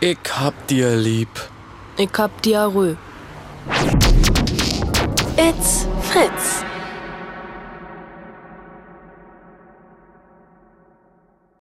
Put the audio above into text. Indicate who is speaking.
Speaker 1: Ich hab dir lieb.
Speaker 2: Ich hab Diarrhoe.
Speaker 3: It's Fritz.